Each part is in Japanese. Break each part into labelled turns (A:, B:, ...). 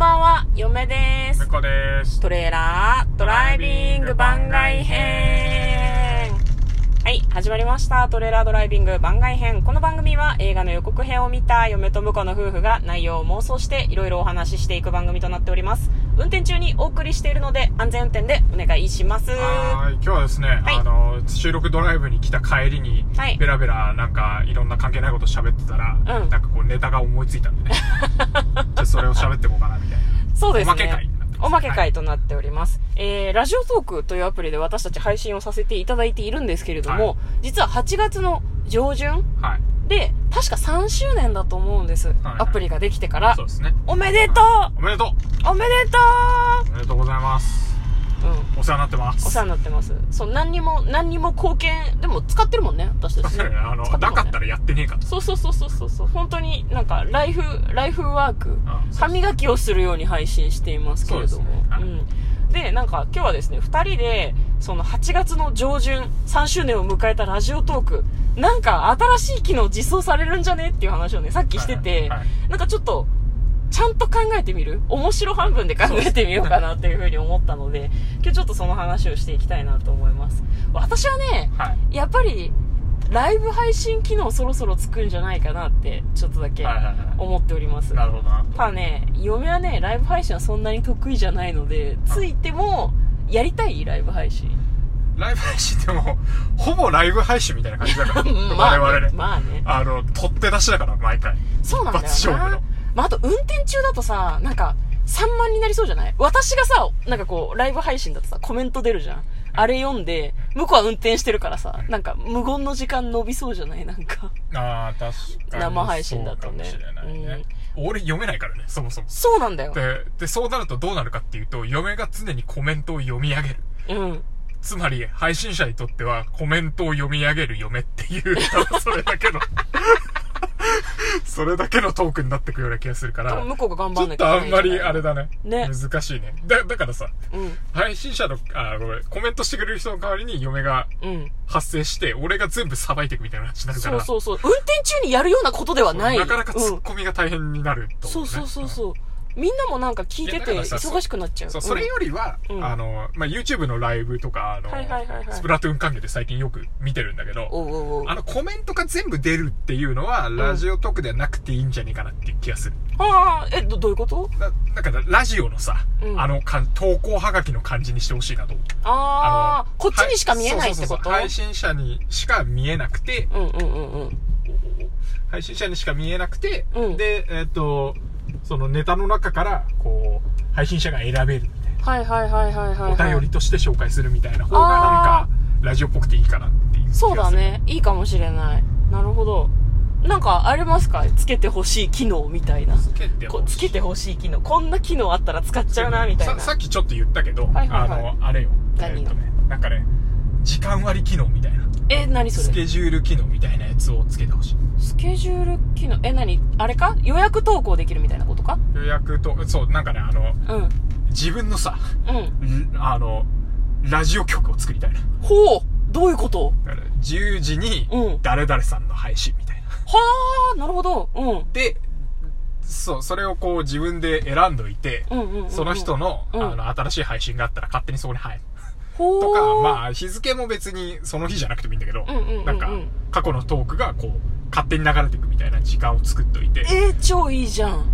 A: は、嫁です
B: 向。こうです
A: トレーラードライビング番外編はい始まりましたトレーラードライビング番外編この番組は映画の予告編を見た嫁と婿の夫婦が内容を妄想していろいろお話ししていく番組となっております運転中にお送りしているので安全運転でお願いします
B: はーい今日はですね、
A: い
B: あの収録ドライブに来た帰りに、
A: はい
B: ベラベラなんかいろんな関係ないこと喋ってたら、
A: うん
B: なんかこうネタが思いついたんで ねじゃあそれを喋っていこうかなみたいな
A: そうですね
B: おまけ会になってます
A: おまけ会となっております、えー、ラジオトークというアプリで私たち配信をさせていただいているんですけれども、
B: はい
A: 実は8月の上旬
B: はい
A: で、確か3周年だと思うんです。
B: はい
A: アプリができてから
B: そう。ですね
A: おめでと
B: おめでとう
A: うおめでと
B: おめでとうございます
A: ううん。
B: お世話になってます
A: お世話になってます。そう、何にも、何にも貢献、でも使ってるもんね、私たち、ね。
B: あの
A: 使ってる
B: な
A: もんね
B: かったらやってねえかと
A: そうそうそうそうそうそう。本当になんか、ライフ、ライフワーク
B: あそうそ。う
A: 歯磨きをするように配信していますけれども。
B: そうですねはい
A: うん。で、なんか今日はですね、二人で、その8月の上旬、3周年を迎えたラジオトーク、なんか新しい機能実装されるんじゃねっていう話をね、さっきしてて、
B: はいはい
A: なんかちょっと、ちゃんと考えてみる面白半分で考えてみようかなというふうに思ったので、今日ちょっとその話をしていきたいなと思います。私はね、
B: はい
A: やっぱりライブ配信機能そろそろつくんじゃないかなってちょっとだけ
B: はいはいはい
A: 思っております、
B: なるほどな
A: ただね嫁はねライブ配信はそんなに得意じゃないのでついてもやりたいライブ配信
B: ライブ配信でもほぼライブ配信みたいな感じ だから
A: まあ
B: 我
A: ね
B: 々ね、
A: まあね
B: あの取って出しだから毎回
A: そうなんだよ
B: 一発勝負
A: な
B: の、
A: まあ、あと運転中だとさなんか散漫になりそうじゃない私がさなんかこうライブ配信だとさコメント出るじゃんあれ読んで向こうは運転してるからさなんか無言の時間伸びそうじゃないなんか
B: ああ確かに
A: 生配信だとね
B: そうかもしれないね、俺読めないからねそもそも
A: そうなんだよ
B: ででそうなるとどうなるかっていうと嫁が常にコメントを読み上げる
A: うん
B: つまり配信者にとってはコメントを読み上げる嫁っていう多分それだけの それだけのトークになってくような気がするか
A: 多分
B: ら
A: 向こうが頑
B: ち
A: 張ん
B: ょっ
A: なき
B: と
A: ゃい
B: あ
A: けないじゃ
B: んま
A: ない
B: りあれだね
A: ね
B: 難しいねだだからさ
A: うん
B: 配信者のあごめんコメントしてくれる人の代わりに嫁が
A: うん
B: 発生して俺が全部さばいていくみたいな話になるか
A: そう
B: ら
A: そうそう運転中にやるようなことではない
B: なかなかツ
A: う
B: ッ
A: ん
B: コミが大変になると思
A: そうう
B: ね
A: そうそうそうみんなもなんか聞いて
B: いやだ
A: て
B: からさ
A: 忙しくなっちゃう
B: そう、それよりは、
A: うん
B: あの、まあ、YouTube のライブとか、あの、
A: はいはいはいはい
B: スプラトゥーン関係で最近よく見てるんだけ
A: うん
B: ど、
A: おうおうおう
B: あの、コメントが全部出るっていうのは、ラジオトークではなくていいんじゃねえかなっていう気がする。
A: ああえどどういうこと
B: なだから、ラジオのさ、
A: うん
B: あのかん、投稿はがきの感じにしてほしいなと思う。
A: ああ
B: の
A: こっちにしか見えないってこと
B: はいそうそうそうそう配信者にしか見えなくて、
A: うんうんうんうん
B: 配信者にしか見えなくて、
A: うん
B: で、えっ、と、そのネタの中から、こう、配信者が選べるみたいな。
A: はいはいはいはいはい
B: お
A: はい
B: 便りとして紹介するみたいな方がなん
A: あ
B: かラジオっぽくていいかなっていう気がする
A: そうだねいいかもしれないなるほどなんかありますかつけてほしい機能みたいな
B: つけて
A: こつけてほしい機能こんな機能あったら使っちゃうなみたいな
B: ささっきちょっと言ったけど、
A: はいはいはい
B: あのあれよ
A: 何
B: えっとねなんかね時間割機能みたいな
A: え何そ
B: ス
A: れ
B: ケジュール機能みたいなやつをつけてほしい
A: スケジュール機能え何あれか予約投稿できるみたいなことか
B: 予約とそうなんかねあの
A: うんうん
B: 自分のさんあのラジオ曲を作りたいな
A: ほうどういうこと
B: だから10時に
A: うん
B: 誰々さんの配信みたいな、
A: はあなるほどうん
B: でそうそれをこう自分で選んどいて、
A: うんうんうんうん
B: その人の,、
A: うん
B: あの新しい配信があったら勝手にそこに入る。
A: ほう
B: とか、まあ日付も別にその日じゃなくてもいいんだけど、
A: うんうんうんうん
B: なんか過去のトークがこう勝手に流れていくみたいな時間を作っといて、
A: えー、超いいじゃん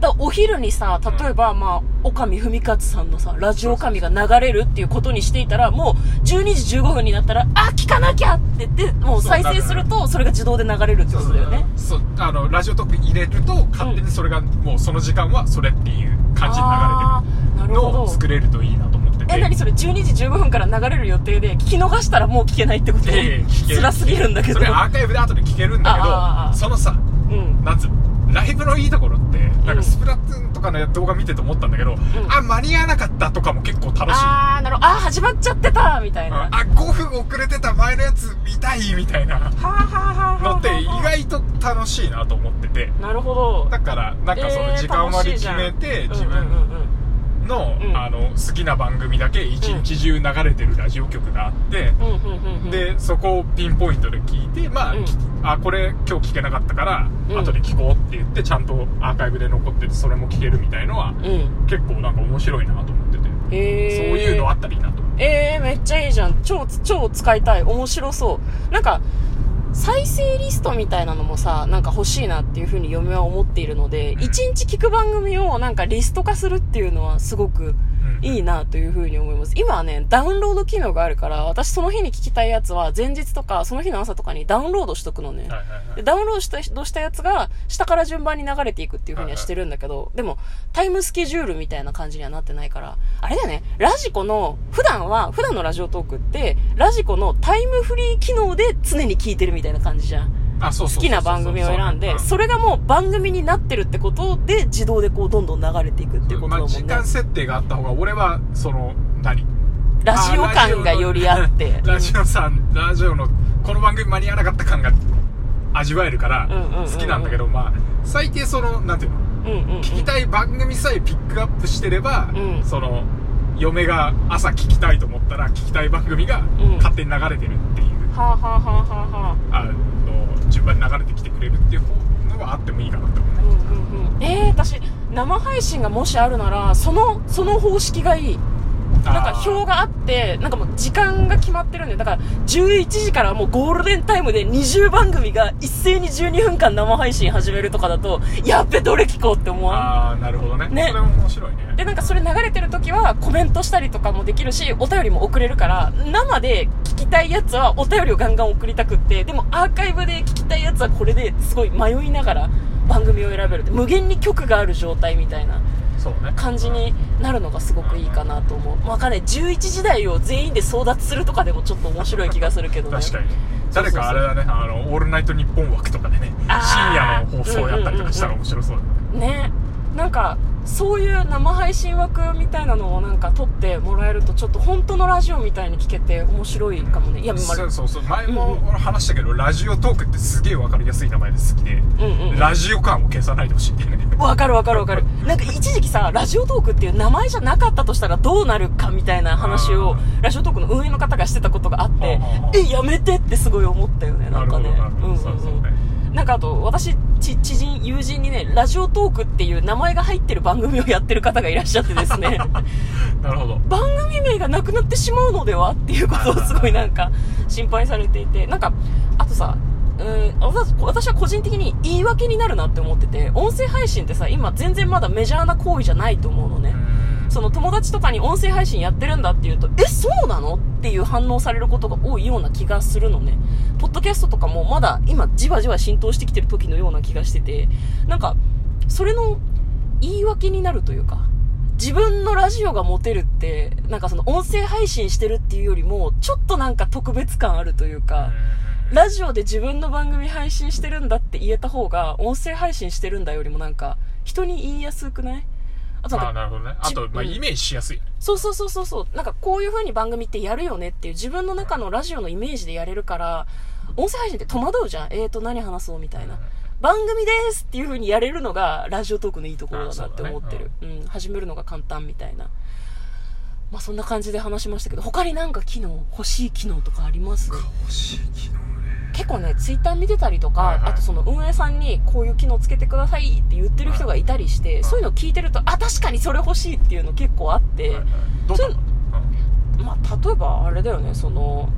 A: だお昼にさ例えば、まあ岡見文勝さんのさラジオ神が流れるっていうことにしていたらもう12時15分になったらあ聞かなきゃって言ってもう再生するとそれが自動で流れるってことだよね
B: そうあのラジオトーク入れると勝手にそれが、もうその時間はそれっていう感じ
A: あ
B: に
A: ーな
B: 流れて
A: る
B: る
A: ほ
B: のを
A: ど
B: 作れるといいなと思ってて
A: え、何それ12時15分から流れる予定で聞き逃したらもう聞けないってこと、
B: ええ聞ける
A: 辛すぎるんだけど
B: それアーカイブで後で聞けるんだけど
A: ああああ
B: そのさ
A: うん
B: なんつうのライブのいいところってなん
A: うん
B: かスプラトゥーンとかの動画見てて思ったんだけど、あ間に合わなかったとかも結構楽しい
A: ああなるほどああ始まっちゃってたみたいな、は
B: あ5分遅れてた前のやつ見たいみたいな
A: あはあはあはあ
B: のって意外と楽しいなと思ってて
A: なるほど
B: だからなんかその時間割り決め
A: えー
B: て
A: 楽し
B: 自
A: いじゃん
B: 分
A: うんうんうんうん
B: の,、
A: うん
B: あの好きな番組だけ一日中流れてるラジオ局があって、
A: うんうんうんうん
B: でそこをピンポイントで聞いてまあ,
A: うん
B: き、あこれ今日聞けなかったから、
A: うん
B: 後で聞こうって言ってちゃんとアーカイブで残っててそれも聞けるみたいの
A: う
B: は
A: ん
B: 結構なんか面白いなと思ってて、
A: へえ
B: そういうのあったらいいなと思って
A: えー、めっちゃいいじゃん超超使いたい面白そうなんか再生リストみたいなのもさなんか欲しいなっていうふうに嫁は思っているので
B: うん
A: 一日聞く番組をなんかリスト化するっていうのはすごく
B: うん
A: いいなというふうに思います今はねダウンロード機能があるから私その日に聞きたいやつは前日とかその日の朝とかにダウンロードしとくのね、
B: はいはいは
A: で
B: い
A: ダウンロードしたどうしたやつが下から順番に流れていくっていう風にはしてるんだけど、でもタイムスケジュールみたいな感じにはなってないからあれだよねラジコの普段は普段のラジオトークってラジコのタイムフリー機能で常に聞いてるみたいな感じじゃん
B: あそう
A: 好
B: そうそうそう
A: きな番組を選ん
B: う
A: で
B: う
A: それがもう番組になってるってことで自動でこうどんどん流れていくっていうこと
B: ま
A: だも
B: あ、
A: んね
B: 時間設定があった方が俺はその何
A: ラジオ感がよりあって
B: あ。 ラジオのラジオさんラジオのこの番組間に合わなかった感が味わえるから
A: うんうんうんうん
B: 好きなんだけど、まあ最低そのなんていうの
A: うんうんうん
B: 聞きたい番組さえピックアップしてれば、
A: うん
B: その嫁が朝聞きたいと思ったら聞きたい番組が
A: ん
B: 勝手に流れてるっていう、
A: はあ、はあはあはあはあ
B: あの順番に流れてきてくれるっていうのはあってもいいかなって思うね
A: うんうんうんえー、私生配信がもしあるならそのその方式がいいなんか表があってなんかもう時間が決まってるんでだから11時からもうゴールデンタイムで20番組が一斉に12分間生配信始めるとかだとやっべどれ聞こうって思わん
B: あーあーなるほどね
A: ね
B: それも面白いね
A: でなんかそれ流れてる時はコメントしたりとかもできるしお便りも送れるから生で聞きたいやつはお便りをガンガン送りたくってでもアーカイブで聞きたいやつはこれですごい迷いながら番組を選べるって無限に曲がある状態みたいな
B: そうね
A: 感じになるのがすごくいいかなと思うまあわかんない11時台を全員で争奪するとかでもちょっと面白い気がするけどね
B: 確かに
A: そうそうそう
B: 誰かあれだねあの「オールナイトニッポン」枠とかでね
A: あー
B: 深夜の放送やったりとかしたら面白そうだね、
A: ねなんかそういう生配信枠みたいなのをなんか撮ってもらえるとちょっと本当のラジオみたいに聞けて面白いかもねいやま
B: そう
A: あ
B: そうそう前
A: うん
B: も俺話したけど、ラジオトークってすげえ分かりやすい名前で好きで、
A: うんうん
B: ラジオ感を消さないでほしいんだよね
A: わかるわかるわかるなんか一時期さラジオトークっていう名前じゃなかったとしたらどうなるかみたいな話をラジオトークの運営の方がしてたことがあって
B: あー
A: えやめてってすごい思ったよねなんかね
B: なるほどなるほど、
A: うんうん
B: そうそう
A: うん
B: ね
A: なんかあと、私、ち、知人、友人にね、ラジオトークっていう名前が入ってる番組をやってる方がいらっしゃってですね、
B: なるほど
A: 番組名がなくなってしまうのではっていうことをすごいなんか、心配されていて、なんか、あとさ、うん、私私は個人的に言い訳になるなって思ってて、音声配信ってさ、今全然まだメジャーな行為じゃないと思うのね。その友達とかに音声配信やってるんだって言うと、え、そうなのっていう反応されることが多いような気がするのね。ポッドキャストとかもまだ今じわじわ浸透してきてる時のような気がしてて、なんか、それの言い訳になるというか、自分のラジオが持てるって、なんかその音声配信してるっていうよりも、ちょっとなんか特別感あるというか、ラジオで自分の番組配信してるんだって言えた方が、音声配信してるんだよりもなんか、人に言いやすくないあとなん
B: ま
A: か
B: あなるほどねあと、まあ、
A: うん
B: イメージしやすいよね
A: そうそうそうそうそう。なんかこういう風に番組ってやるよねっていう自分の中のラジオのイメージでやれるから、音声配信って戸惑うじゃん。えーと何話そうみたいな。番組ですっていう風にやれるのがラジオトークのいいところだなって思ってる。うん。始めるのが簡単みたいな。まあそんな感じで話しましたけど、他になんか機能、欲しい機能とかあります
B: 欲しい機能ね
A: 結構ね、ツイッター見てたりとか、
B: はいはい
A: あとその運営さんにこういう機能つけてくださいって言ってる人がいたりして、そういうの聞いてると、あ、確かにそれ欲しいっていうの結構あって、
B: はいはいどうだろううん
A: まあ、例えばあれだよねその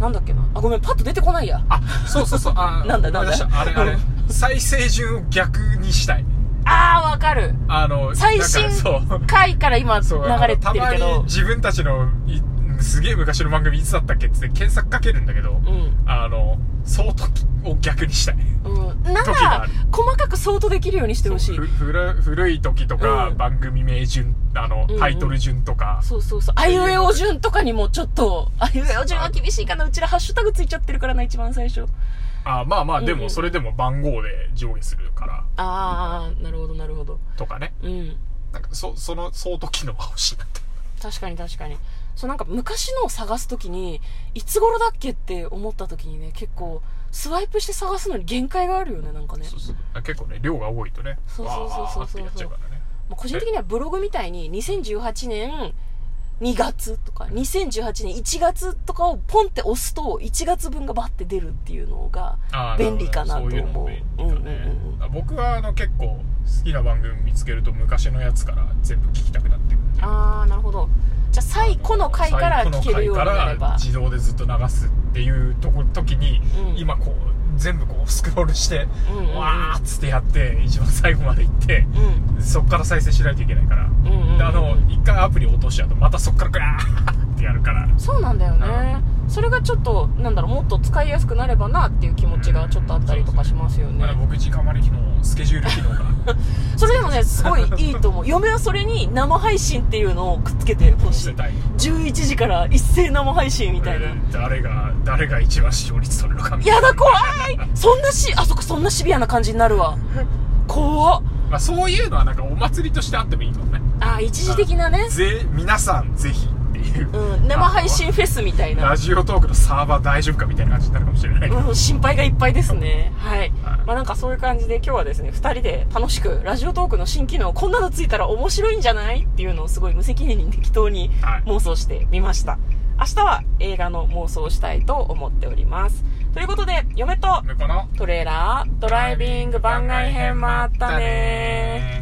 A: なんだっけなあごめんパッと出てこないや
B: あそうそうそうあ ー
A: なんだなんだ
B: 思い出したあれあれ
A: う
B: 再生順を逆にしたい
A: あーわかる
B: あの
A: 最新
B: なんかそう
A: 回から今流
B: そう
A: れてるけ
B: あのたまに
A: ど
B: 自分たちのいすげえ昔の番組いつだったっけっつって検索かけるんだけど、
A: うん
B: あの相当を逆にしたい
A: うん、な
B: 時があ
A: ら
B: る
A: 細かく相当できるようにしてほしい
B: ふ古古い時とか、
A: うん
B: 番組名順あの、
A: うんうん
B: タイトル順とか
A: そうそうそうあいうえお順とかにもちょっとあいうえお順は厳しいかなうちらハッシュタグついちゃってるからな一番最初
B: あまあまあ、
A: うんうん
B: でもそれでも番号で上下するから
A: ああなるほどなるほど
B: とかね
A: うん
B: なんかそその相当機能が欲しいなって
A: 確かに確かにそうなんか昔のを探すときにいつ頃だっけって思ったときにね結構スワイプして探すのに限界があるよねなんかね
B: そうそう結構ね量が多いとね
A: そうそうそうそうそう
B: わーってやっちゃうからね
A: まあ個人的にはブログみたいに2018年2月とか2018年1月とかをポンって押すと1月分がバッて出るっていうのが
B: あー
A: 便利かなと
B: る
A: 思
B: ほ
A: う
B: どねそういうのも便利だね
A: うんうんうん
B: あ僕はあの結構好きな番組見つけると昔のやつから全部聞きたくなってくる
A: ああなるほどじゃあ最古の回から聞けるようになれば
B: 最古の回から自動でずっと流すっていうとこ時に、
A: うん
B: 今こう全部こうスクロールして、
A: うんうんうん
B: わーっつってやって一番最後まで行って
A: うん
B: そっから再生しないといけないから、
A: うんうんうん
B: であの一回アプリ落としちゃうとまたそっからグラーってやるから
A: そうなんだよねそれがちょっとなんだろうもっと使いやすくなればなっていう気持ちがちょっとあったりとかしますよね
B: まだ僕時間割り機能スケジュール機能が
A: それでもねすごいいいと思う嫁はそれに生配信っていうのをくっつけてほ
B: 載
A: し
B: せ
A: い
B: たい
A: 11時から一斉生配信みたいな、
B: えー誰が誰が一番視聴率取るのかみたい
A: や
B: な
A: だ怖いそんなしあそこそんなシビアな感じになるわ怖っ
B: まあ、そういうのはなんかお祭りとしてあってもいいかもね
A: あ一時的なね
B: ぜ皆さんぜひっていう、
A: うん生配信フェスみたいな
B: ラジオトークのサーバー大丈夫かみたいな感じになるかもしれない、
A: うん、心配がいっぱいですね。はい。
B: はい
A: まあなんかそういう感じで今日はですね、二人で楽しく、ラジオトークの新機能、こんなのついたら面白いんじゃないっていうのをすごい無責任に適当に
B: はい
A: 妄想してみました。明日は映画の妄想をしたいと思っております。ということで、嫁と
B: この
A: トレーラー、ドライビング番外編もあったね
B: ー